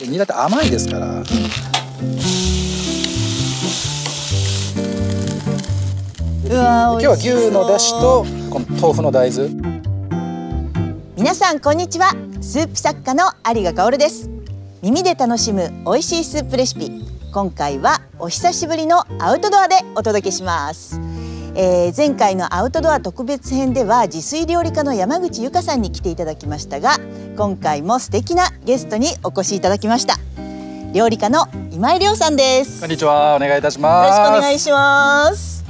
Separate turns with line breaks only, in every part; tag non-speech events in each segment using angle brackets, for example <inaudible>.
でニラって甘いですから
う
今
わー
日は牛のだしとこの豆腐の大豆
皆さんこんにちはスープ作家の有賀薫です耳で楽しむ美味しいスープレシピ今回はお久しぶりのアウトドアでお届けします、えー前回のアウトドア特別編では自炊料理家の山口由香さんに来ていただきましたが今回も素敵なゲストにお越しいただきました料理家の今井亮さんです
こんにちはお願いいたし
よ
ま
ろし
す
くお願いします。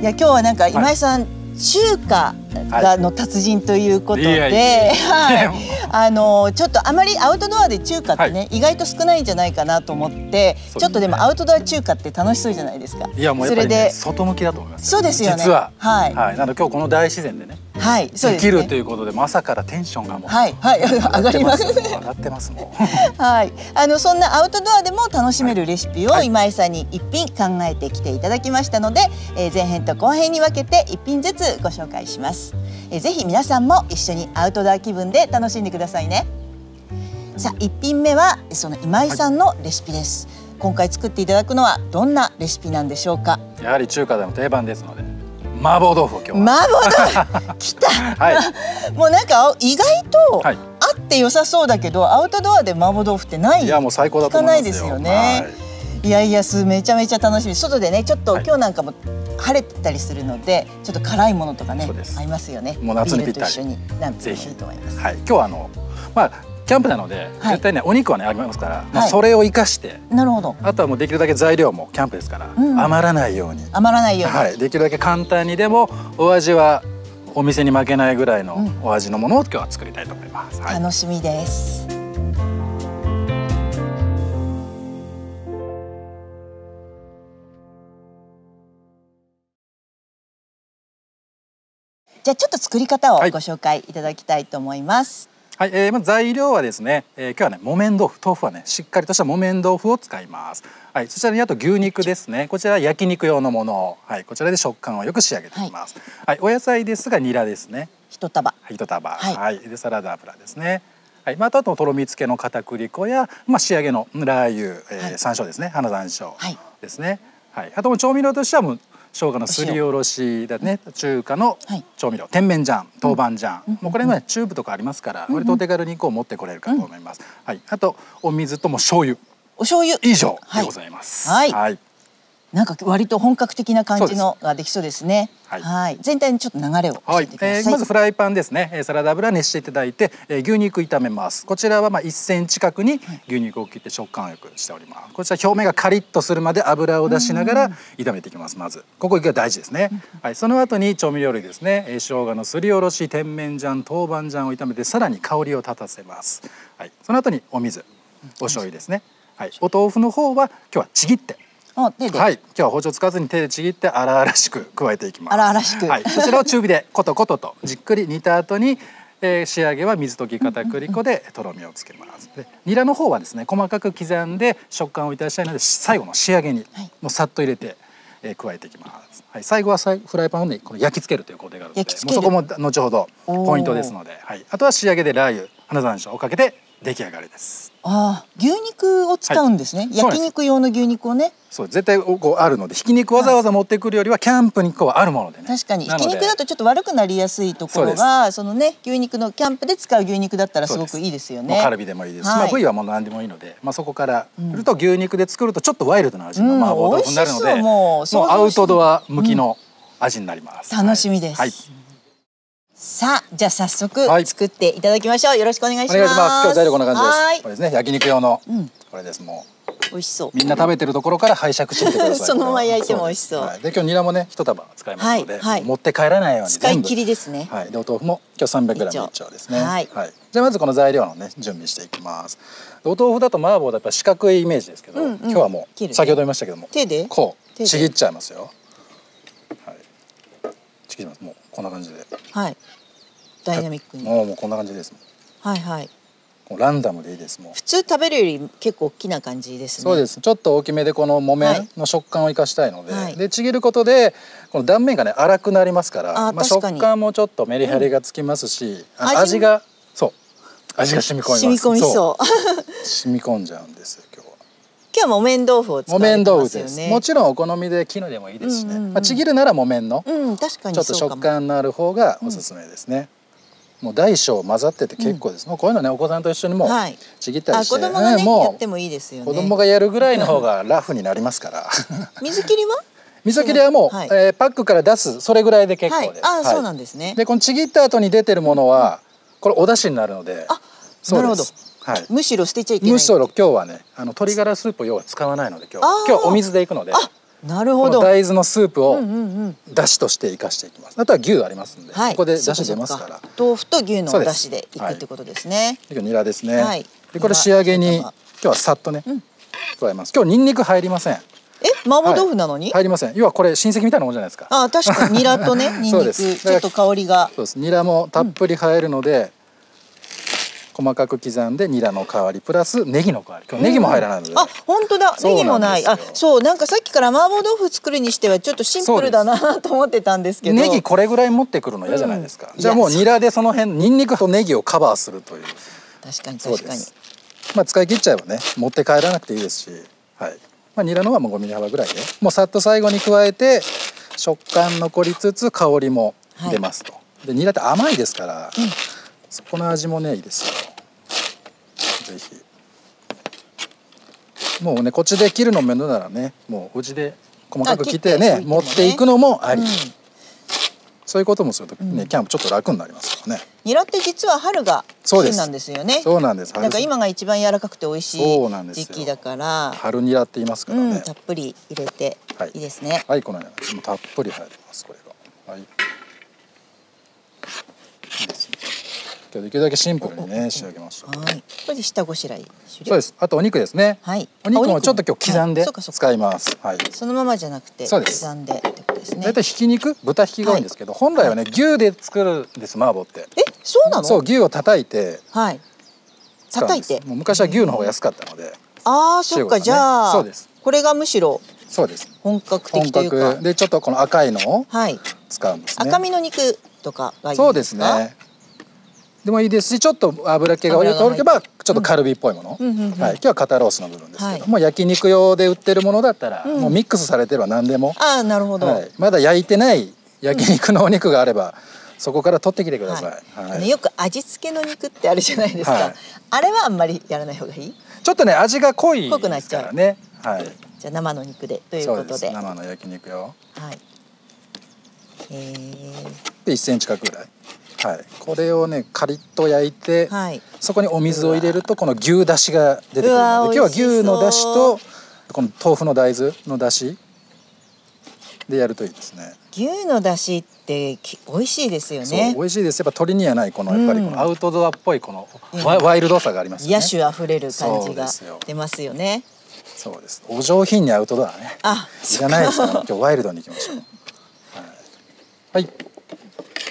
いや今日はなんか今井さん、中華がの達人ということで、
いやい
はい、あのちょっとあまりアウトドアで中華ってね、意外と少ないんじゃないかなと思って、
すね
ちょっとでもアウトドア中華って楽しそうじゃないですか。
いやもうやっ
そ
ぱり、
れ
ね、
で
外向きだと思います
そうですよね。
実は
はいは
はいなので今日この大自然でね
い、はい、そう
で
で
き
す
ると
ね。
いうことでもう朝からテンションがもう
はい
<laughs>
はい上がります。
上がってますも
はい、あのそんなアウトドアでも楽しめるレシピを
はい
今井さんに一品考えてきていただきましたので、えー前編と後編に分けて一品ずつご紹介します、えーぜひ皆さんも一緒にアウトドア気分で楽しんでくださいねさあ一品目はその今井さんのレシピです、今回作っていただくのはどんなレシピなんでしょうか
う <laughs> やはり中華でも定番ですので麻婆豆腐を今日は、
麻婆
<laughs>
豆腐きた
はい
もうなんか意外と、
はい
あって良さそうだけどアウトドアで麻婆豆腐ってない
いやもう最高だと思いますよ
聞かないですいやいやすめちゃめちゃ楽しみ外でねちょっと、
はい
今日なんかも晴れてたりするのでちょっと辛いものとかね
そうです
合いますよね
もう夏にぴったり
ビールと一緒になんて
ぜ
い
ひ
いと思います
はい、今日はあのまあキャンプなので、
はい
絶対ねお肉はねありますから、ま
は
あ、
い
それを生かして
なるほど
あとはもうできるだけ材料もキャンプですから、
うん
余らないように、
余らないように、
はい、できるだけ簡単にでもお味はお店に負けないぐらいのお味のものを今日は作りたいと思います。はい、
楽しみですじゃあちょっと作り方をご
はい
紹介いただきたいと思います、
はいえーまず材料はですね、えー今日はね木綿豆腐豆腐はねしっかりとした木綿豆腐を使います。はい、そちらにあと牛肉ですねこちらは焼肉用のものを、はい、こちらで食感をよく仕上げていきます。はい、お野菜ですがニラですね
一束
はい一束、
は
はいいでサラダ油ですね、はいまあ、あとあととろみつけの片栗粉や、まあ、仕上げのラー油、えー
はい
山椒ですね花山椒
はい
ですね、はいあともう調味料としてはもう生姜のすりおろしだね中華の
はい
調味料、甜麺醤豆板醤、もうこれねチューブとかありますから、割とお手軽にこう持ってこれるかと思います、はい、あとお水ともう醤油
お醤油
以上
は
で
い
ございます
はい
はい
なんか割と本格的な感じのができそうですね。は、
はいい
全体にちょっと流れを教
は
え
い
てく
え
ださ
ー
い。
まずフライパンですね、えーサラダ油熱していただいて、えー牛肉炒めますこちらはまあ1センチ角に牛肉を切って食感をよくしておりますこちら表面がカリッとするまで油を出しながら炒めていきますまずここが大事ですね、はい、その後に調味料類ですね、えー、生姜のすりおろし甜麺醤豆板醤を炒めてさらに香りを立たせます、はい、その後にお水お醤油ですね、はい、お豆腐の方は今日はちぎって
お手で、
はい、今日は包丁使わずに手でちぎって荒々しく加えていきます。
荒々しく
はい、そちらを中火でコトコトとじっくり煮た後に、えー仕上げは水溶き片栗粉
<laughs>
でとろみをつけます。で、ニラの方はですね、細かく刻んで食感をいたしたいので、し最後の仕上げに
はい
もうさっと入れて。えー加えていきます。はい、最後はさいフライパンをね、この焼き付けるという工程があるので、
焼き付
も
け
う
る
そこも後ほど
おー
ポイントですので、はい、あとは仕上げでラー油、花山椒をかけて出来上がりです。
ああ、牛肉を使うんですね。
そうなんで
焼
す
肉用の牛肉をね。
そう絶対こうあるのでひき肉わざわざ持ってくるよりはキャンプにこうあるものでね
確かにひ
な
き
ので
肉だとちょっと悪くなりやすいところがそのね牛肉のキャンプで使う牛肉だったらす
そう
ご
です
くいいですよ
も
ね。
うカルビでもいいですし、
はい
まあ、部位はもう何でもいいので、まあ、そこからすると牛肉で作るとちょっとワイルドな味の
うん
麻婆豆腐になるので、
美味しそうもう想像して
アウトドア向きの味になります、
楽しみです。
はい、
さあじゃあ早
は
速
い
作っていただきましょう。よろしくお願いし
お
ます。
願いします今日材料こんな感じですこれ
は
ですね焼肉用の、
ん
これですもう
ーい。美味しそう。
みんな食べてるところから拝借してみてください
<laughs> そのまま焼いても美味しそう
ですはいで今日ニラもね一束使いますので、
はいはい
もう持って帰らないように
使い
全部
切りですね。
はい、でお豆腐も今日 300g
一
一
丁
丁ですね。
はい
じゃあまずこの材料のね準備していきます。でお豆腐だと麻婆だとやっぱ四角いイメージですけど、
うんうん
今日はもう
切る
先ほど言いましたけども、
手で
こ
手
う
で
ちぎっちゃいますよ。はい。ちぎります。もうこんな感じで。
はい。ダイナミックに。
もうもうこんな感じです。
はいはい。
もうランダムでいいですもう。
普通食べるより結構大きな感じですね。
そうですちょっと大きめでこの木
はい
綿の食感を生かしたいので,、
はい
でちぎることでこの断面がね粗くなりますから
あー
まあ、
確かに
食感もちょっとメリハリがつきますし、あの味
味も
がそう味が染み込みます
染み込みそう。
う染み込んじゃうんですよ今日は
今日も木綿豆腐を使
木
われ
綿
て
豆
ま
腐
すよ
です、
ね。
もちろんお好みで絹でもいいですしね、
うんうんうん
まあ、ちぎるなら木綿の
うん、確かに
ちょっと
そうか
食
も。
感のある方がおすすめですね、もう大小混ざってて結構です、もうこういうのねお子さんと一緒にもう
はい
ちぎった
あ、
りして、
子供がね、
うん
や
も
ってもいいですよ
う子
ね。
供がやるぐらいの方がラフになりますから
水切りは？
水切りはもう、
はい
えーパックから出すそれぐらいで結構です、
はい。あ、
はい
そうなんですね。
でこのちぎった後に出てるものは、これお出汁になるので
あ
そう
なるほ
で
ど
すはい
むしろ捨てちゃいけない。
むしろ今日はねあの鶏ガラスープを要は使わないので今日
あー
今日お水でいくので
あ、なる
こ
ほ
の
ど。
大豆のスープを
うんうんうん。
出汁として生かしていきますあとは牛ありますんで、
はい。
ここで出
そっ
汁出ます
そ
か
っ
ら
豆腐と牛の
そう
お
です
出汁でいくってことですね。
今日ニラですね、
はい
でこれ仕上げに
ニラ
今日はさっとね、
ん
加えます今日ニンニク入りません
え、麻婆豆腐なのに？
入りません要はこれ親戚みたいなもんじゃないですか
あ、確かにニラとね、ニン
<laughs> そう
ニ
で
ク
す
ちょっと香りが。
そうですニラもたっぷり入るので、細かく刻んでニラの代わりプラスネギの代わり今日ネギも入らないので、
あ、本当だ。
そう
ネギもない。
なん
あ
ですよ、
そう、なんかさっきから麻婆豆腐作るにしてはちょっとシンプルだな <laughs> と思ってたんですけど。
ネギこれぐらい持ってくるの嫌じゃないですか、
うん
じゃあもう
いや
ニラでその辺ニンニクとネギをカバーするという
確かに
そう
確
で
かに。
すまあ使い切っちゃえばね持って帰らなくていいですし、はいまあ、ニラの方はもう5ミリ幅ぐらいでもうさっと最後に加えて食感残りつつ香りも出ますと、でニラって甘いですから、そこの味もねいいですよぜひもうねこっちで切るの面倒ならねもうお家で細かく切ってね
あ切って
持っていくのもあり、
うん
そういうこともするとね、キャンプちょっと楽になりますからね。
ニラって実は春が
そうです
旬なんですよね。
そうなんです。
なんか今が一番柔らかくて美味し
そうなん
い
ですよ
時期だから、
春ニラって言いますからね。
うん、たっぷり入れて
はい
いいですね。
はい、このようにもうたっぷり入ります。これが。はい。いいですね今日できるだけシンプルにね、仕上げましょう。
はい、これで下ごしらえ
そう
終了。
です。あとお肉ですね。
はい
お肉もちょっと今日刻ん
は
で
いそうかそうか
使います。はい。
そのままじゃなくて
そう
刻
です
んでってことですね
大。体ひき肉、豚ひきが多いんですけど、本来はね、牛で作るんです。麻婆って。
え、そうなの？
そう、牛を叩いて。
はい。
使うん
叩
で
い
す
て。
もう昔は牛の方が安かったので。
ああ、そっ
塩が
か。
ね
じゃあ、
そうです
これがむしろ
そうです。
本格
本
的というか
格。で、ちょっとこの赤いのを
はい。
使うんですね。
赤身の肉とかがいいんですか。
そうですね。でもいいですし、ちょっと油気が多
油が入っ
ければ、ちょっとカルビっぽいもの。
うんうんうんうん
はい、今日は肩ロースの部分ですけど、
はい
もう焼肉用で売ってるものだったら、
ん
もうミックスされてれば何でも。
ああ、なるほど。
はい、まだ焼いてない焼肉のお肉があれば、そこから取ってきてください。
あ
は
の
い
よく味付けの肉ってあるじゃないですか、
はい
あれはあんまりやらない方がいい
ちょっとね、味が濃い
濃くな
で
っ
す
ちゃ
か
う
らね。はい。
じゃあ生の肉でという
そ
こ
うで
と
す。
で
生の焼肉用。
はいえ
で、1センチ角ぐらい。はい、これをね、カリッと焼いて。
ー、はい
そこにお水を入れるとこの牛だしが出てくるので
うわ
今
ー
日は牛のだし
美
とこの豆腐の大豆のだしでやるといいですね。
牛の出汁ってき美味しいですよ
そう
ね
美味しいですやっぱ鶏にはないこのやっぱり
うん
このアウトドアっぽいこの
うん
ワ,、ワイルドさがありますよ
野
ね。
手あふれる感
そ
じ
うで
が
すよ
出ますよね
そうですお上品にアウトドアね
あ
じゃないですから今日ワイルドにいきましょう。はい、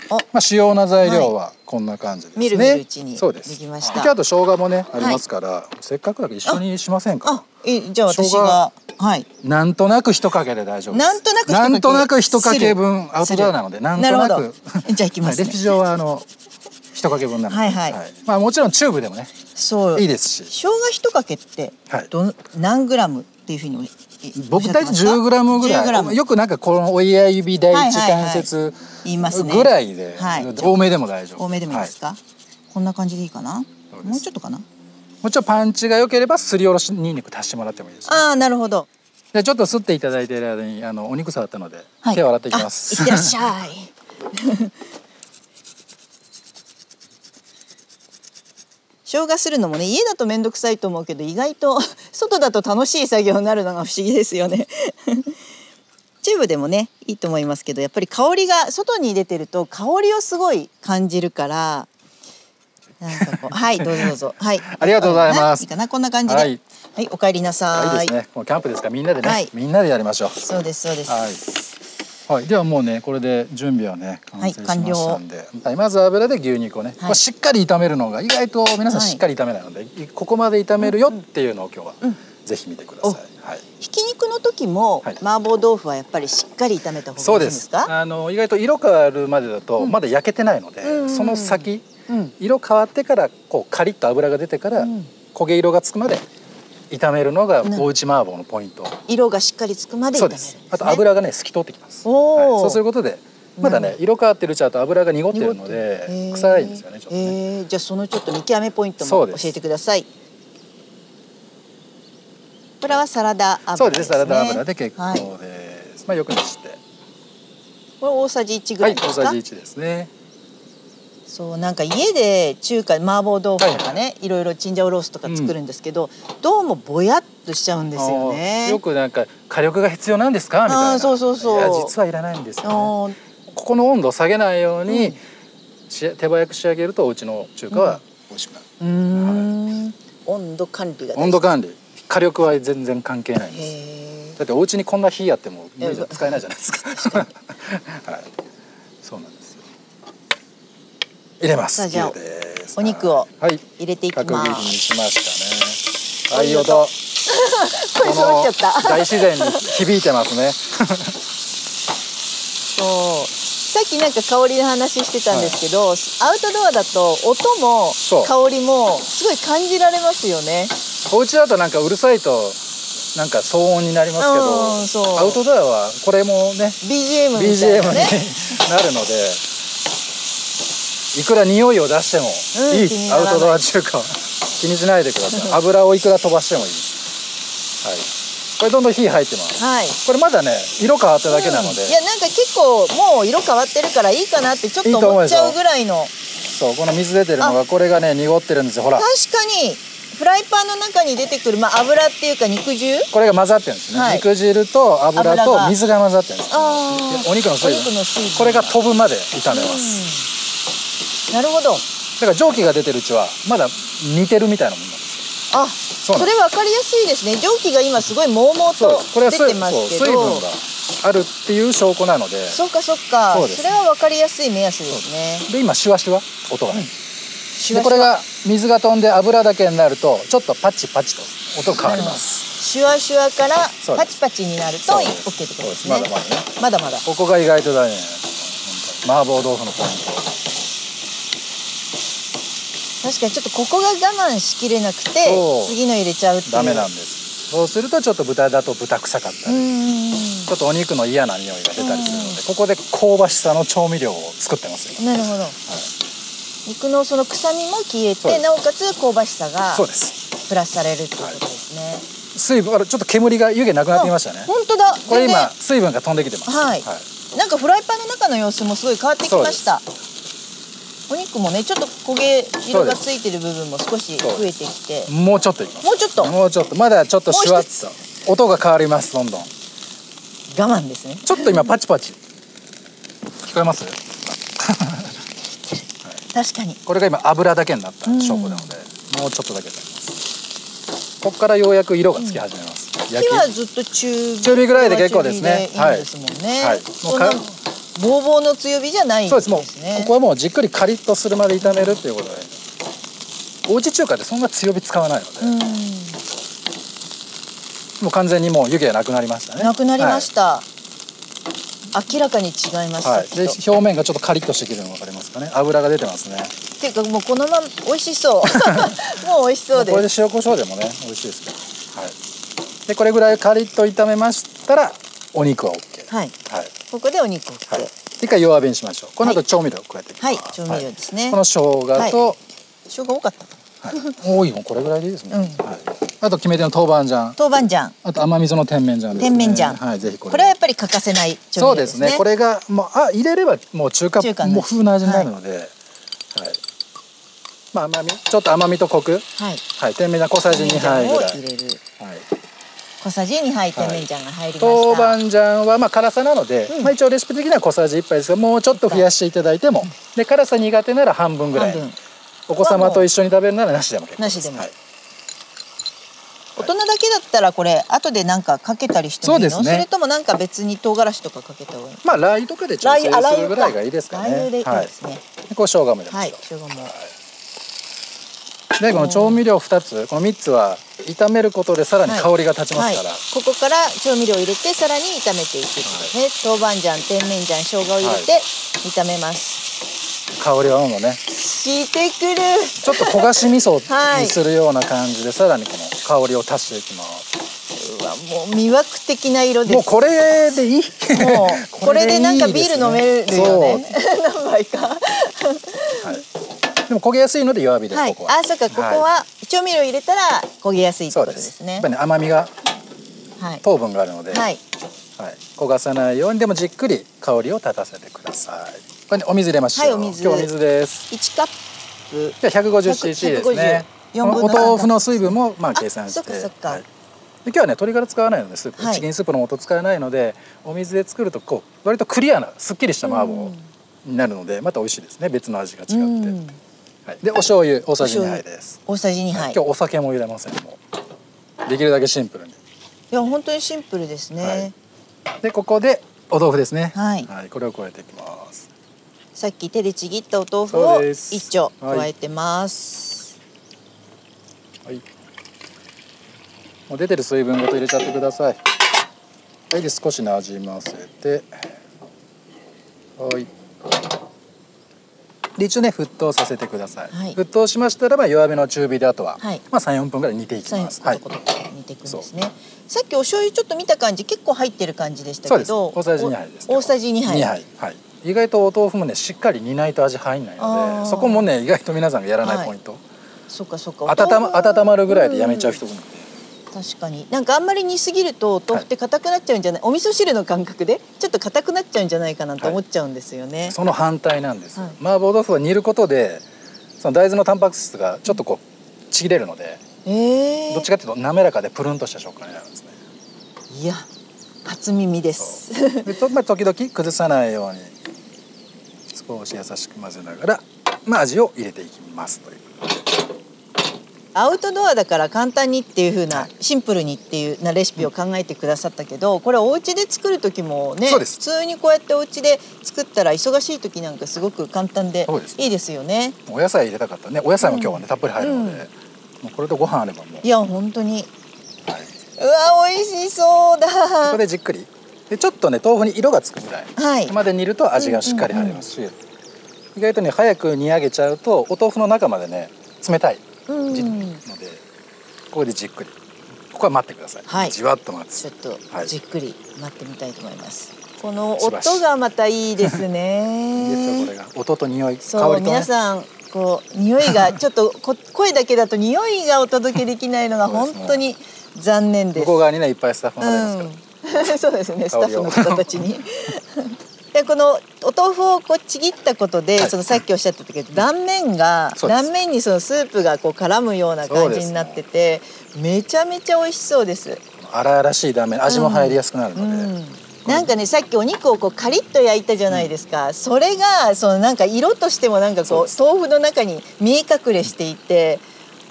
お
はいまあ、主要な材料はこんな感じですね。
みるみるうちに
そうです
できました
今日あと生姜もねありますから、せっかくだから一緒にしませんか
あいじゃあ私がはい
なんとなく一かけで大丈夫です。
なんとなく一かけ
なんとなく一かけ分アウトドアなので、
する
なんとな
な
く。
るほどじゃあ <laughs> いきますね
はいレシピ上はあの一かけ分なので。
はいはい
まあもちろんチューブでもね、
そう
いいですし。
生姜一かけって
はい
ど、の何グラムっていうふうにおいい
僕大体10グラムぐらい。
10グラム
よくなんかこの親指第一
はいはいはい
関節
言いますね
ぐらいで、
はい
多めでも大丈夫。
多めでもいいですか、こんな感じでいいかな
そうです
もうちょっとかな
はいもちろんパンチが良ければすりおろしニンニク足してもらってもいいです。
ああなるほど
でちょっとすっていただいている間にあのお肉触ったので、
はい
手を洗っていきます。
あいってらっしゃい
<laughs>
生姜するのもね家だと面倒くさいと思うけど意外と外だと楽しい作業になるのが不思議ですよね <laughs> チューブでもねいいと思いますけどやっぱり香りが外に出てると香りをすごい感じるからなん
<laughs>
かこうはいどうぞどうぞはい
ありがとうございます
いいかなこんな感じで
は
はいい、お帰りなさ
あ
い
いいですね。もうキャンプですからみんなでね、
はい
みんなでやりましょう。
そうですそうです、
はい。はい、ではもうねこれで準備はね完成しましたんで、はいまず油で牛肉をね、
はい
これしっかり炒めるのが意外と皆さん
はい
しっかり炒めないので、いここまで炒めるよっていうのを今日は、
うん
ぜひ見てください。はい。
ひき肉の時も、
はい
麻婆豆腐はやっぱりしっかり炒めた方がいいんですか？
あの意外と色変わるまでだとまだ焼けてないので、
うんうん
その先、
ううん
色変わってからこうカリッと油が出てから
うん
焦げ色がつくまで炒めるのが
うん
おうち麻婆のポイント、
色がしっかりつくまで炒
そう
める
で
んです
す
ね。
あと油がね透き通ってきます、
おー
はいそうすることでまだ
な
ね
る
色変わってるうちだと油が濁ってるの
へー
で臭いんですよねちょっとね、
へーじゃあそのちょっと見極めポイント
そ
も
う
教
です
えてください。これはサラダ油
そう
で
です
ね。
すサラダ油で結構
はい
です、
こ
まあよく熱して
れ大さじ一ぐ
は
ら
い
いで
小
すか。
さじ1ですね
そうなんか家で中華麻婆豆腐とかね、いろいろチンジャオロースとか作るんですけど、どうもぼやっとしちゃうんですよ
あ
ね。
ーよくなんか火力が必要なんですかみたい
あー
な
そうそうそう
や実はいらないんです
あ
よ、ね、
ー
ここの温度を下げないように、
うん
し手早く仕上げるとお家の中華は美味しくなる、
うーん温度管理が大事
温度管理火力は全然関係ないんです
へ
だってお家にこんな火やっても
いやうわ
使えないじゃないですか <laughs> はいそうなんですよ入れます
さあじゃあ
牛です
お肉を
はい
ー入れていき
角切りに
ます。
しましたね
こ
は
うい
いう
<laughs>
音
音声揃っちゃっ
この
た。
大自然に響いてますね
そう。さっきなんか香りの話してたんですけど、アウトドアだと音も
そう
香りもすごい感じられますよね。
お家だとなんかうるさいとなんか騒音になりますけ
うんそう
どアウトドアはこれもね
BGM み
BGM
たい
に <laughs>
なね。
なるのでいくら匂いを出しても
うん
いいで
気に
す
な
アウ
らない
トドア中華は気にしないでくださ
<laughs>
い油をいくら飛ばしてもいいですはいこれどんどん火入ってます
はい。
これまだね色変わっただけなので
うんいやなんか結構もう色変わってるからいいかなってちょっ
いい
と
と思う
思っ
で
ち
しょ
ゃうぐらいの
そうこの水出てるのがこれがね濁ってるんですよほら
確かにフライパンの中に出てくるまあ油っていうか肉汁
これが混ざってるんですね、
はい
肉汁と油
油が
と水が混ざってるんです
あー
お肉の水
お肉の水分
これが飛ぶまで炒めます、
うんなるほど
だから蒸気が出てるうちはまだ煮てるみたいなもんなんですよ
あ
う
そ
なんです
れ分かりやすいですね蒸気が今すごいもうもう
そう
と
ですこれは
出
水
てますけど
そう水分があるっていう証拠なので
そっかそっか
そ
そう
です
れは分かりやすい目安ですね
で今シュワシュワ音がね、
シ
でこれが水が飛んで油だけになるとちょっとパチパチと音変わります
シュワシュワから
そうで
パ
す
チパチになると
そうです
OK ってことですね
そうですまだまだね
まだまだ
ここが意外と大事なんですよ本当に麻婆豆腐のポイント
確かにちょっとここが我慢しきれなくて
そう
次の入れちゃうっていう
ダメなんですそうするとちょっと豚だと豚臭かったり、
うー
ちょっとお肉の嫌な匂いが出たりするので、ここで香ばしさの調味料を作ってますよ。
んなるほど肉のその臭みも消え
そうで
て
す
なおかつ香ばしさが
そうです。
プラスされるっていうことですね
水分、あれちょっと煙が湯気なくなってきましたね。
本当だ
これ今
全
水分が飛んできてます。
はい然なんかフライパンの中の様子もすごい変わってきましたお肉もねちょっと焦げ色がついてる部分も少し増えてきて
もうちょっといきます。
もうちょっと
もうちょっと、まだちょっとシュワ
もう
ッと。音が変わります、どんどん。ち
我慢ですね
ょっと今パチパチ。聞こえます。
確かに
これが今油だけになった
うん
証拠なので、もうちょっとだけになります。ここからようやく色がつき始めます。焼
火
き
はずっと中火
中火ぐらいで結構ですね
中火でいいんですもんね、
はいはい
そんな
もうか
ボーボーの強火じゃないん
そう
で
ですす
ね
もうここはもうじっくりカリッとするまで炒めるっていうことでおうち中華でそんな強火使わないので、
うん
もう完全にもう湯気がなくなりましたね
なくなりました、明らかに違います、
はい、はい、
さっ
で
きと
表面がちょっとカリッとしてきてるの分かりますかね油が出てますね
っていうかもうこのまま美味しそう
<laughs>
<laughs> もう美味しそうで
これ
す
で塩コショウでもね美味しいですけど、はい、でこれぐらいカリッと炒めましたらお肉は OK
はい
はい、
ここでお肉を切って、
はい、一回弱火にしましょうこの
は
後調味料を加えていきます
はい調味料ですね
この生姜と、
はい
は、
生姜多かったかない
多いもんこれぐらいでいいですもん、
うん
はい、あと決め手の豆板醤
豆板醤
あと甘味噌の甜麺醤ですね。
甜麺醤
はい、ぜひこれ。
これはやっぱり欠かせない調
そう
味料
で
です
す
ね
ね。これがもうあ入れればもう中華
中華
もう風な味になるので、はい。まあ甘みちょっと甘みとコク、
はい
はい、甜麺醤小さじ2杯ぐ
を
ら
入
い。
れる
はい、
小さじ2杯甜麺醤が入りました、
豆板醤はまあ辛さなので、
うん
まあ一応レシピ的には小さじ1杯ですが、もうちょっと増やしていただいても、で辛さ苦手なら半分ぐらい
半。分
お子様と一緒に食べるならなしでも結構
なしでも
はい、
大人だけだったらこれ後でなんかかけたりしてもいいの
そう
そ,、
ですね
れともなんか別に唐辛子とかかけた方がいい
まあラー油とかで調
ラ
整
ー油あラー
す
油
るぐらいがいいですかね。
ラー油でいい
は
で
い。
すね
でこう生姜も入れましょう。
はい、生姜も
でこの調味料2つこの3つは炒めることでさらに香りが立ちま
はい
すから、
ここから調味料を入れてさらに炒めていくってことですね、豆板醤、甜麺醤、生姜を入れて炒めます、
香りはもうね
効いてくる
ちょっと焦がし味噌
はい
にするような感じでさらにこの香りを足していきます
うわもう魅惑的な色です
もうこれでいい
もう <laughs> これでなんか
いい
ビ
す
ー
ね
ル飲めるよね
そ
<laughs> 何杯か
うでも焦げやすいので弱火で
はい
ここは
あそっかここは調味料入れたら焦げやすいって
そ
こ
う
と
で
ですす
や
ね
っぱりね甘みが
はい
糖分があるので、
はい
はい焦がさないようにでもじっくり香りを立たせてくださいこれねお水入れましょう、
はいお水
今日お水です
一カップ
じゃあ 150cc ですね
150
このお豆腐の水分もまあ計算して
そっかそっか
はいで今日はね鶏から使わないのでスープ、
はい
チキンスープの素使わないのでお水で作るとこう割とクリアなすっきりした麻婆になるので、また美味しいですね別の味が違って、
うん
はい、でお醤油大さじ2杯です、
大さじ2杯い
今日お酒も入れませんもうできるだけシンプルに
や本当にシンプルですね
でここでお豆腐ですね
はい
これを加えていきます
さっき手でちぎったお豆腐
そ
を
うです
一丁
はい
加えてます
はいもう出てる水分ごと入れちゃってくださいはいで少しなじませてはいで一応ね沸騰させてください、
はい
沸騰しましたらば弱めの中火であとは、
はい
まあ34分ぐらい煮ていき
さ
ます、
あ
はい
コトコトコト煮ていくんですねさっきお醤油ちょっと見た感じ結構入ってる感じでし
そ
た
う
け
です
ど
大さじ2杯です
お大さじ2杯
2杯はい意外とお豆腐もねしっかり煮ないと味入んないの
あー
でそこもね意外と皆さんがやらな
はい
いポイント、
そうかそうか
温ま温まるぐらいでやめちゃう
人
人もいるんで
確かになんかあんまり煮すぎるとお豆腐って硬くなっちゃうんじゃない、お味噌汁の感覚でちょっと硬くなっちゃうんじゃないかなと思っちゃうんですよね、
その反対なんです、
はい
麻婆豆腐は煮ることでその大豆のタンパク質がちょっとこうちぎれるので
ええ
どっちかっていうと滑らかでプルンとした食感になるんですね
いや初耳です <laughs>
でと、まあ、時々崩さないように少し優しく混ぜながら、まあ、味を入れていきますという
アウトドアだから簡単にっていう風なシンプルにっていうなレシピを考えてくださったけどこれお家で作る時もね
そうです
普通にこうやってお家で作ったら忙しい時なんかすごく簡単で
そうです
いいですよね
お野菜入れたかったらねお野菜も今日はね、たっぷり入るので、もうこれとご飯あればもう
いや本当に
はい、
うわ美味しそうだ
ここでじっくりでちょっとね豆腐に色がつくぐらい
はい
まで煮ると味がしっかり入りますし、意外とね早く煮上げちゃうとお豆腐の中までね冷たい
うん
じのでここでじっくりここは待ってください、
はい
じわっと待
ちょ
つ
っと
はい
じっくり待ってみたいと思います。この
素晴らしい
音がまたいいです
いいですよ
ね。
これが音と匂い香
そう、
りとね
皆さんこう匂いがちょっとこ声だけだと匂いがお届けできないのが
そう
本
ですね
当に残念で
向
す。
こう側にねいっぱいスタッフがいますから、
うん、 <laughs> そうですね。スタ
香
ッ
り
フ
を
の方たちに。 <laughs> でこのお豆腐をこうちぎったことで、
はい
そのさっきおっしゃってたけど断面が
そうです
断面にそのスープがこう絡むような感じになってて、めちゃめちゃ美味しそうです。
荒々しい断面味も入りやすくなるので、
うんなんかねさっきお肉をこうカリッと焼いたじゃないですか、それがそのなんか色としてもなんか
そう
こ
で
う豆腐の中に見え隠れしていて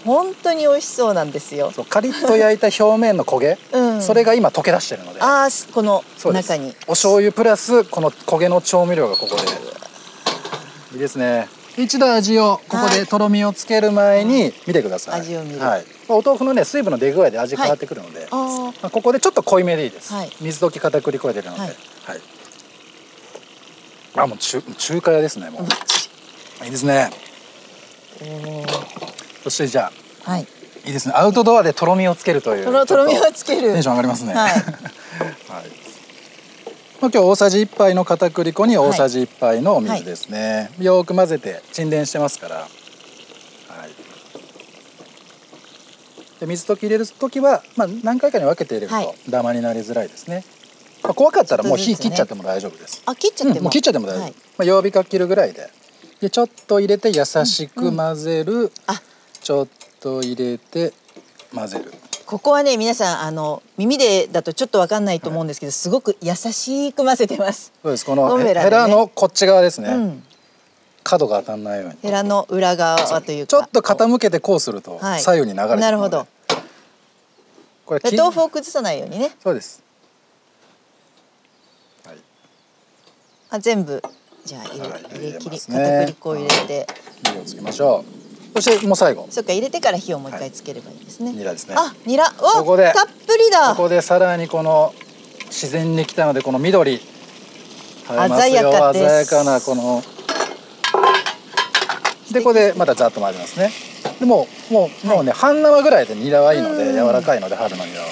本当に美味しそうなんですよ。
そうカリッと焼いた表面の焦げ、
うん
それが今溶け出してるので
ああすこの
そうです
中に
お醤油プラスこの焦げの調味料がここでいいですね一度味をここ
は
で
い
とろみをつける前に見てください
味を見る
はい、まあお豆腐のね水分の出具合で味変わってくるので、
あ
まあ、ここでちょっと濃いめでいいです、
はい
水溶き片栗粉が出るので、
は
はいいあもう中中華屋ですねもういいですね
ーおー
そしてじゃ
はい
あいいですねアウトドアでとろみをつけるという
とろとろみをつける
テンション上がりますね。 <laughs>
はい
はいまあ今日大さじ1杯の片栗粉に大さじ1杯のお水ですね、よーく混ぜて沈殿してますから、はい、で水溶き入れる時は、まあ、何回かに分けて入れる
はい
とダマになりづらいですね、まあ、怖かったらもう
ちょ
火
っとずつね
切っちゃっても大丈夫です
あ切っちゃっても、
うんもう切っちゃっても大丈夫、
はい
まあ、弱火か切るぐらいででちょっと入れて優しく混ぜる、
あ
ちょっと入れて混ぜる
ここはね皆さんあの耳でだとちょっとわかんないと思うんですけど、すごく優しく混ぜてます。
そうですこの
ゴム
ヘ
ベラでね
ヘラのこっち側ですね、
うん
角が当たらないように
ヘラの裏側という
ちょ
か
っと傾けてこうすると
はい
左右に流れてくので
なるほど
これ
で
き
豆腐を崩さないようにね
そうです、はい、
あ全部じゃあ入れ,、
はい
入れ切
入れ
り、
ますね
片栗粉を入れて、
火をつけましょうそしてもう最後
そっか入れてから火をもう一
は
回
い
つければいいですね。
ニラですね
あニラわ
ここで
たっぷりだ
ここでさらにこの自然に来たのでこの緑映えますよ
鮮やかです
鮮やかなこのでここでまたざっと混ぜますねでもうもう,、もうね半生ぐらいでニラはいいので柔らかいので春のニラは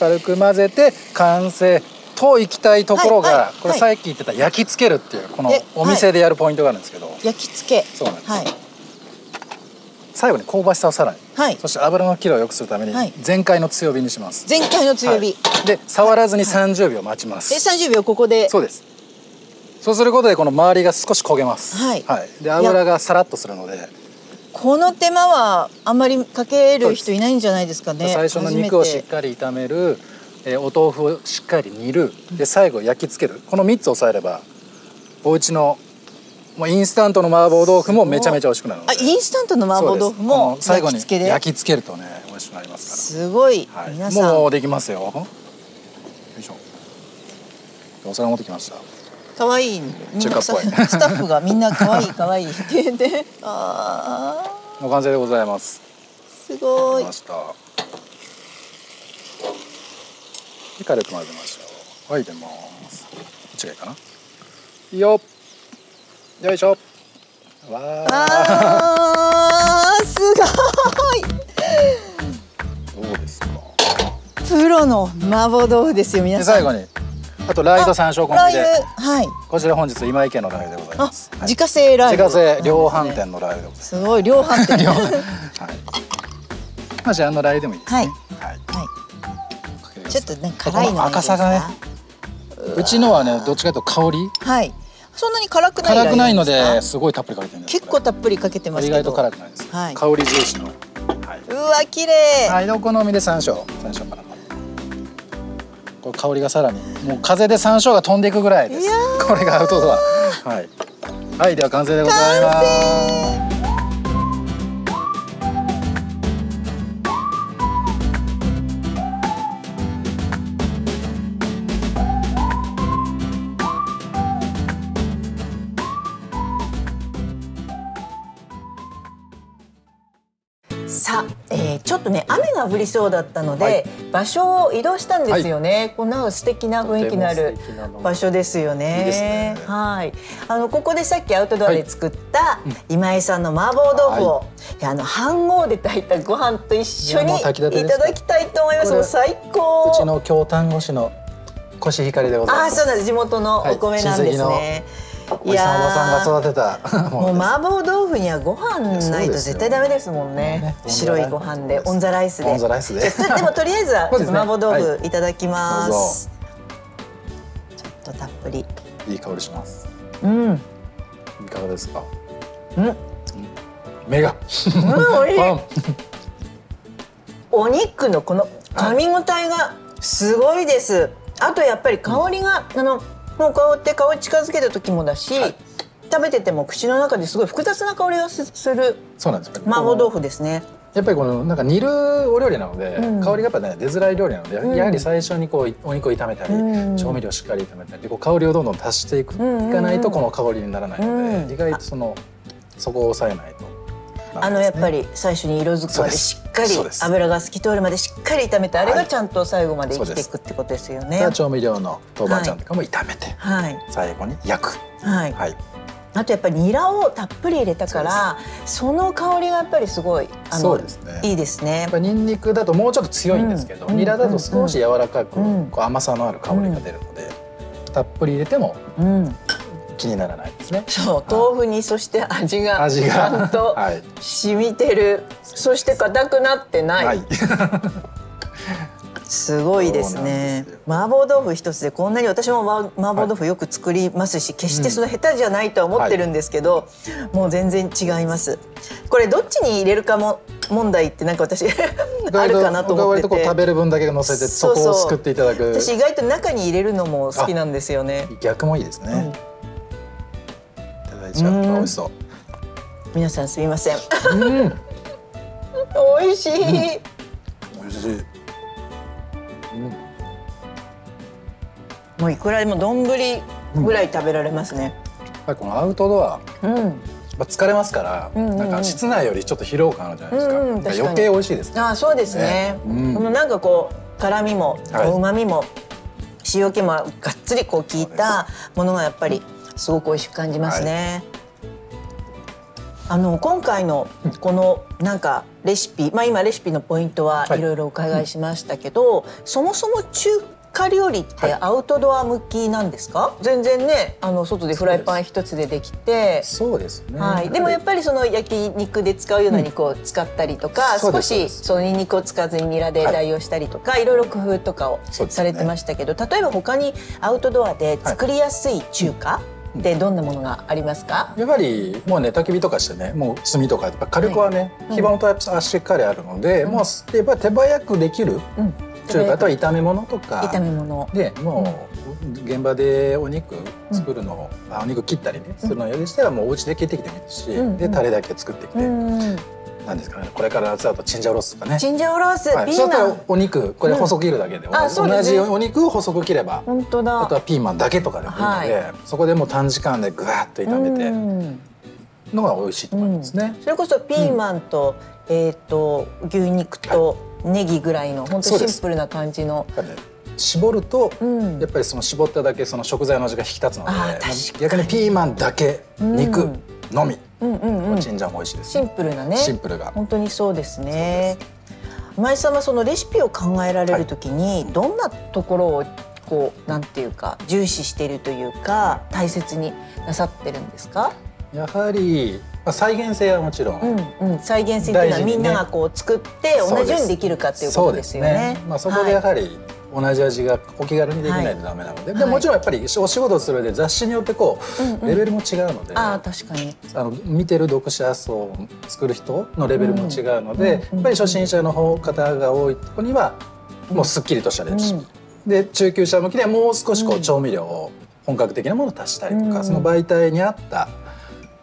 軽く混ぜて完成といきたいところが、
はいはい
これさっき言ってた焼き付けるっていうこの
え
お店でやるポイントがあるんですけど、
焼き付け
そうなんです
はい
最後に香ばしさをさらに、
はい
そして油のキレを良くするために
はい
全開の強火にします、
全体の強火、
はいで触らずに30秒待ちます、
で30秒ここで
そうですそうすることでこの周りが少し焦げます
はい
で油がさらっとするので
この手間はあんまりかける人いないんじゃないですかね
最初の肉をしっかり炒める、えーお豆腐をしっかり煮るで最後焼き付けるこの3つ押さえればお家のもうインスタントの麻婆豆腐もめちゃめちゃ美味しくなるので
あインスタントの麻婆豆腐
そうですこ
も
の最後
焼
に
き付けで
焼き付けるとね美味しくなります
すごい、
から、は
皆
い、
さん
もうできますよよいしょお皿持ってきました
可愛いいみん
中華
な
っ
ス
ぽい
タスタッフがみんな可愛い可愛い <laughs> って言ってあ
もう完成でございます
ーすご
で
い
きましたで軽く混ぜましょうはい出ますこっちがいいかないいよよいしょわあ
あーす
どうですか
ごいプロの麻婆豆腐ですよ皆
で
さん
最後にあとラー油と山椒コンビで
ラー油はい
こちら本日今井家のラー油でござい
あ
ます、はい
自家製ラー
自
油
家製量販店のラー油でございます
すごい量販店はい、
はい。まあじゃああのラー油でもいいですね。はい。かけてくださ
ちょ
い
っとね辛いのがいいです
この赤さ
か
がねうちのはねどっちかというと香り
はいそんなに辛くない
辛くないの
ラー油
です
か
すごいたっぷりかけてるんです。
結構たっぷりかけてます
意
けど
外と辛くないです。
はい
香り重視の。はい。
うわ綺麗、
はいでお好みで山椒山椒から。これ香りがさらにもう風で山椒が飛んでいくぐらいです
いや。
これがアウトドア。はい。はいでは完成でございます。
さあ、えーちょっとね雨が降りそうだったので、
はい
場所を移動したんですよね、こんな素敵な雰囲気のあ
とて
る
も素敵なの
場所ですよね
いいですね
はいあのここでさっきアウトドアで作った今井さんの麻婆豆腐を、いやあの飯合で炊いたご飯と一緒
いや
に
もう炊き立て
い
です
ただきたいと思います
これ
もう最
うち
高
の京丹後市のコシヒカリでござい
あ
ま
あ
す。
そうなんです地元のお米なんですね、
おじさんおばさんが育てたも
<laughs> もう
のです
麻婆豆腐にはご飯ないと絶対ダメですもんね
ね。
白いご飯でオンザライスで。
オンザライスで
ち <laughs> ょっとでもとりあえずはちょっと麻婆
そう
豆
です
腐いただきます。ちょっとたっぷり。
いい香りします
うん。うん。
いかがですか
うん、
目が
美味し
パ
い。
ン
お肉のこの噛み応えがすごいです。あとやっぱり香りが、あのもう香って香り近づけた時もだし、
はい
食べてても口の中ですごい複雑な香りがすする
そうなんですよ
麻婆豆腐ですね。
やっぱりこのなんか煮るお料理なので、
うん
香りがやっぱね出づらい料理なので、
うん
やはり最初にこうお肉を炒めたり、
うん
調味料をしっかり炒めたりでこう香りをどんどん足していく、
んうん
いかないとこの香りにならないので、
うん
意外とそのそこを抑えないと
あのやっぱ
り
り最初に色づく
そう
ま
で
ですしっかり
そうです
油が透き通るまでしっかり炒めてあれ
は
が
い
ちゃんと最後まで
そ
生
う
きて
で
い
す
くってことですよね。
調味料の豆板醤とかも炒めて、
はい
最後に焼く
はい。
はい
あとやっぱりニラをたっぷり入れたからその香りがやっぱりすごいあの
そうですね
いいですね
やっ。ぱニンニクだともうちょっと強いんですけど、
うん
ニラだと少し柔らかく、
うん
こう甘さのある香りが出るので、たっぷり入れても
うん。
気にならないですね
そう豆腐にそして味が
味
ちゃ
が
んと
<laughs> はい、
染みてる。そして硬くなってない。
はい、
すごいです
そ
ね
うなんです
麻婆豆腐一つでこんなに私も麻麻婆豆腐よく作りますし、決してその下手じゃないとは思ってるんですけど、もう全然違いますこれどっちに入れるかも問題ってなんか私あるかなと思って
おかわりとこう
て
食べる分だけ乗せてそ
そ
う
そう
こをすくっていただく
<laughs> 私意外と中に入れるのも好きなんですよね
逆もいいですね、
うん
いただいちゃう
うん
美味しそ
皆さんすみません <laughs>
ううん
美味しい、
美味しい、うん、
もういくらでも丼ぐらい食べられますね
やっぱりこのアウトドア
うん、
まあ疲れますから、
うんうんうん
なんか室内よりちょっと疲労感あるじゃないですか,、
うんう
な
ん
んか
確かに
余計美味しいですね
ああそうですね。
ねうん
このなんかこう辛みも
はい
旨味も塩気もがっつりこう効いたものがやっぱりすごく美味しく感じますね。あの今回のこのなんかレシピ、まあ今レシピのポイントは
はい
いろいろお伺いしましたけど、そもそも中華料理ってアウトドア向きなんですか？全然ね、あの外でフライパン一つでできて。
そうですね。
はい、でもやっぱりその焼き肉で使うような肉を使ったりとか、
そう
少
ですそう
し
です
そのニンニクを使わずにニラで代用したりとか、い、ろいろ工夫とかを
そうですね
されてましたけど、例えば他にアウトドアで作りやすい中華ってどんなものがありますか、
やっぱりもうね焚き火とかしてねもう炭とかやっぱ火力はね、
うん
基盤としっかりあるので、
うん
もうやっぱ手早くできる
うん、
中華とは炒め物とか
炒め物
でもう現場でお肉作るのを、あお肉切ったりねするのをやりしたらもうお家で切ってきてもいいし、
うん
でタレだけ作ってきて、
うん、
なんですかねこれから夏だとチンジャオロースとかね。
チンジャオロース、
はい、
ピ
そう
ー
だ
マ
ったら
ン
お肉これ細く切るだけで、
んあそうで
同
す
じ
ね
お肉を細く切れば
本当
あ
だ
とはピーマンだけとかでもいいので、そこでもう短時間でぐわっと炒めて
うん
のが美味しいと思いますね。
それこそピーマンと、えっ、と牛肉とネギぐらいの本
そ
当
うで
シ
す
ンプルな感じの
やっぱりね絞ると、
うん
やっぱりその絞っただけその食材の味が引き立つので
あー確かに
逆にピーマンだけ
うん
肉のみ、
うんうんうん
チンジャオも美味しいです
シンプルなね
シンプルが
本当にそうですね前井さんはそのレシピを考えられるときに、どんなところをこうなんていうか重視しているというか大切になさってるんですか、
やはり、まあ、再現性はもちろん、
うんうん、再現性っていうのは
大事にね
みんながこう作って同じようにできるかっていうことですよ
そう
ね
です。まあ、そこでやはり同じ味がお気軽にできないとダメなので、でもちろんやっぱりお仕事をする上で雑誌によってこ
うんう
うんレベルも違うので、
ああ確かに。
あの見てる読者層を作る人のレベルも違うので、
うん
やっぱり初心者の方方が多いとこにはもうすっきりとしたレシピ、で中級者向きではもう少しこ
うん
う調味料を本格的なものを足したりとか、
うん
その媒体に合った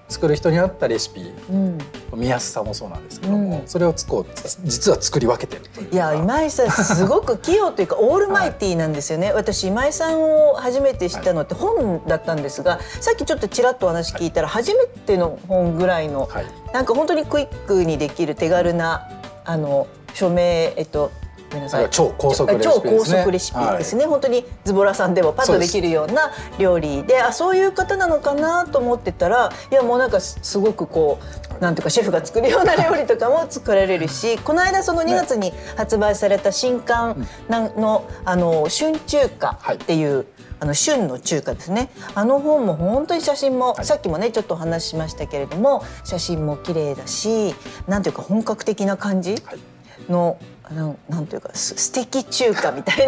作る人に合ったレシピ
うん、
見やすさもそうなんですけども、
うん
それをつこう実は作り分けてるというか
いや今井さんすごく器用というかオールマイティーなんですよね、私今井さんを初めて知ったのって本だったんですがさっきちょっとちらっとお話聞いたら初めての本ぐらいの
はい、
なんか本当にクイックにできる手軽なあの署名えっとごめんな
あ
さ
れ
い
は超高速レシピです
超
ね
高速レシピですね、本当にズボラさんでもパッとできるような料理であそういう方なのかなと思ってたらいやもうなんかすすごくこうなんていうかシェフが作るような料理とかも作られるしこの間その2月に発売された新刊なんの「あの春中華」っていう、あの旬の中華ですねあの本も本当に写真も、
はい
さっきもねちょっとお話ししましたけれども写真も綺麗だしなんていうか本格的な感じ、
はい
のなんなんというかす素敵中華みたい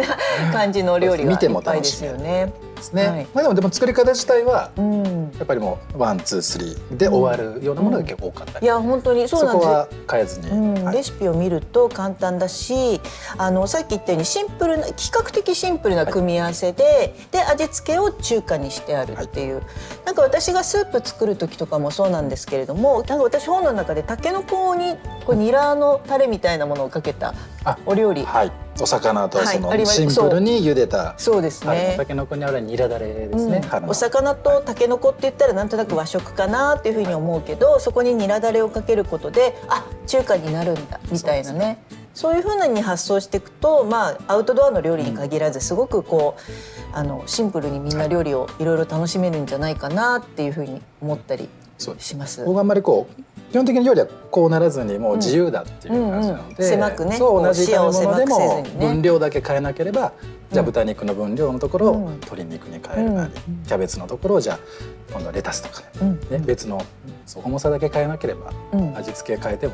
<laughs>
な感じの料理がい
見ても
っぱい
楽
で
し
す
める
よね。
ですね、
はい
まあ、でもでも作り方自体は
うん、
やっぱりもうワンツースリーで終わるようなものが結構多かったり、
いや本当にそう
そ
な
こ
んですよ。
は変えずに、
うん、
はい
レシピを見ると簡単だしあのさっき言ったようにシンプルな比較的シンプルな組み合わせで、で味付けを中華にしてあるっていう、なんか私がスープ作る時とかもそうなんですけれどもなんか私本の中でたけのこにこうニラのタレみたいなものをかけた
あ
お料理
はい、お魚とそ
はいあり
の
ます
シンプルに茹でた、
そうです
はい
ね
お。酒の子にあるニラだれですね、
うん
花の
お魚とタケノコって言ったらなんとなく和食かなっていうふうに思うけどそこにニラだれをかけることであ中華になるんだみたいなねそういうふうなに発想していくと、まあ、アウトドアの料理に限らずすごくこうあのシンプルにみんな料理をいろいろ楽しめるんじゃないかなっていうふうに思ったり
そうです
します。
僕はあんまりこう基本的に料理はこうならずにもう自由だっていう感じなので、
うんうん狭くね
そう同じ
こう
食べ物で
視野を狭
も
くせずにね
分量だけ変えなければ、じゃあ
うん
豚肉の分量のところを
うん
鶏肉に変えるなり、キャベツのところをじゃあ今度はレタスとか、
うん
ね別のそう重さだけ変えなければ
うん
味付け変えても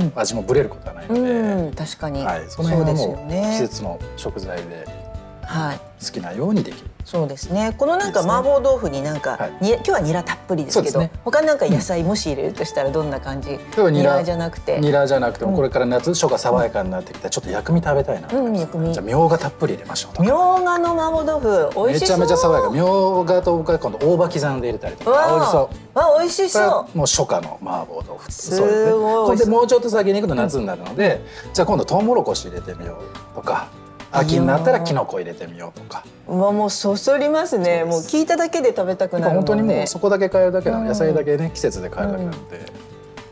うん
味もブレることはないので、
うん、確かに、
はい、その
そう
辺は
です
も
よ
う季
ね。
節の食材で
はい、
好きなようにできる。
そうですね。このなんか
いいですね
麻婆豆腐になんか、
はい
に今日はニラたっぷりですけど、
そうですね
他になんか野菜もし入れるとしたらどんな感じ？
例えばニラ
じゃなくて、
ニラじゃなくても
うん
これから夏初が爽やかになってきたちょっと薬味食べたいなとか、
うん薬味
じゃあみょうがたっぷり入れましょうと
み
か
ょうがの麻婆豆腐
め
美味し
ち
そ
ゃ
う。
めちゃ爽やかみょうがと僕は今度大葉刻んで入れたりとか
わあ
青じそ
わあ美味し
これは
そ
もう初夏の麻婆豆腐
す
そうです
ごい
ねほん
美味し
で
そう
もうちょっと先に行くと夏になるので、じゃあ今度トウモロコシ入れてみようとか秋になったらきのこ入れてみようとか
う。うわもうそそりますね。
そうです
もう聞いただけで食べたく
やっ
な
ぱ
るもん
本
ね。
当にもうそこだけ変えるだけなの、
うん
野菜だけね季節で変えるだけなので、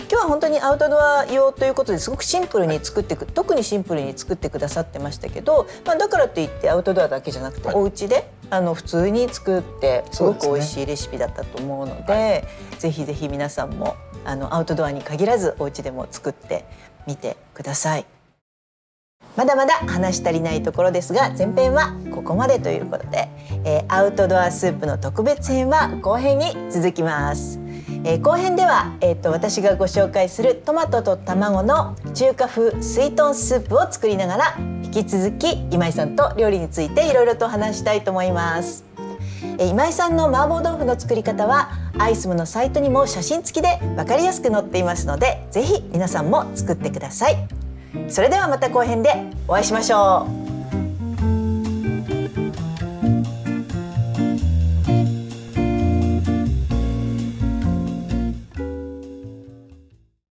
今日は本当にアウトドア用ということですごくシンプルに作ってく、特にシンプルに作ってくださってましたけど、まあ、だからといってアウトドアだけじゃなくて、
はい
お家であの普通に作ってすご
そ
く
うで
美味
す
しいレシピだったと思うので
は
ぜひぜひ皆さんもあのアウトドアに限らずお家でも作ってみてくださいまだまだ話し足りないところですが前編はここまでということで、えーアウトドアスープの特別編は後編に続きます、えー後編では、えー、と私がご紹介するトマトと卵の中華風スイトンスープを作りながら引き続き今井さんと料理についていろいろとお話したいと思いますえー今井さんの麻婆豆腐の作り方はアイスムのサイトにも写真付きで分かりやすく載っていますのでぜひ皆さんも作ってくださいそれではまた後編でお会いしましょう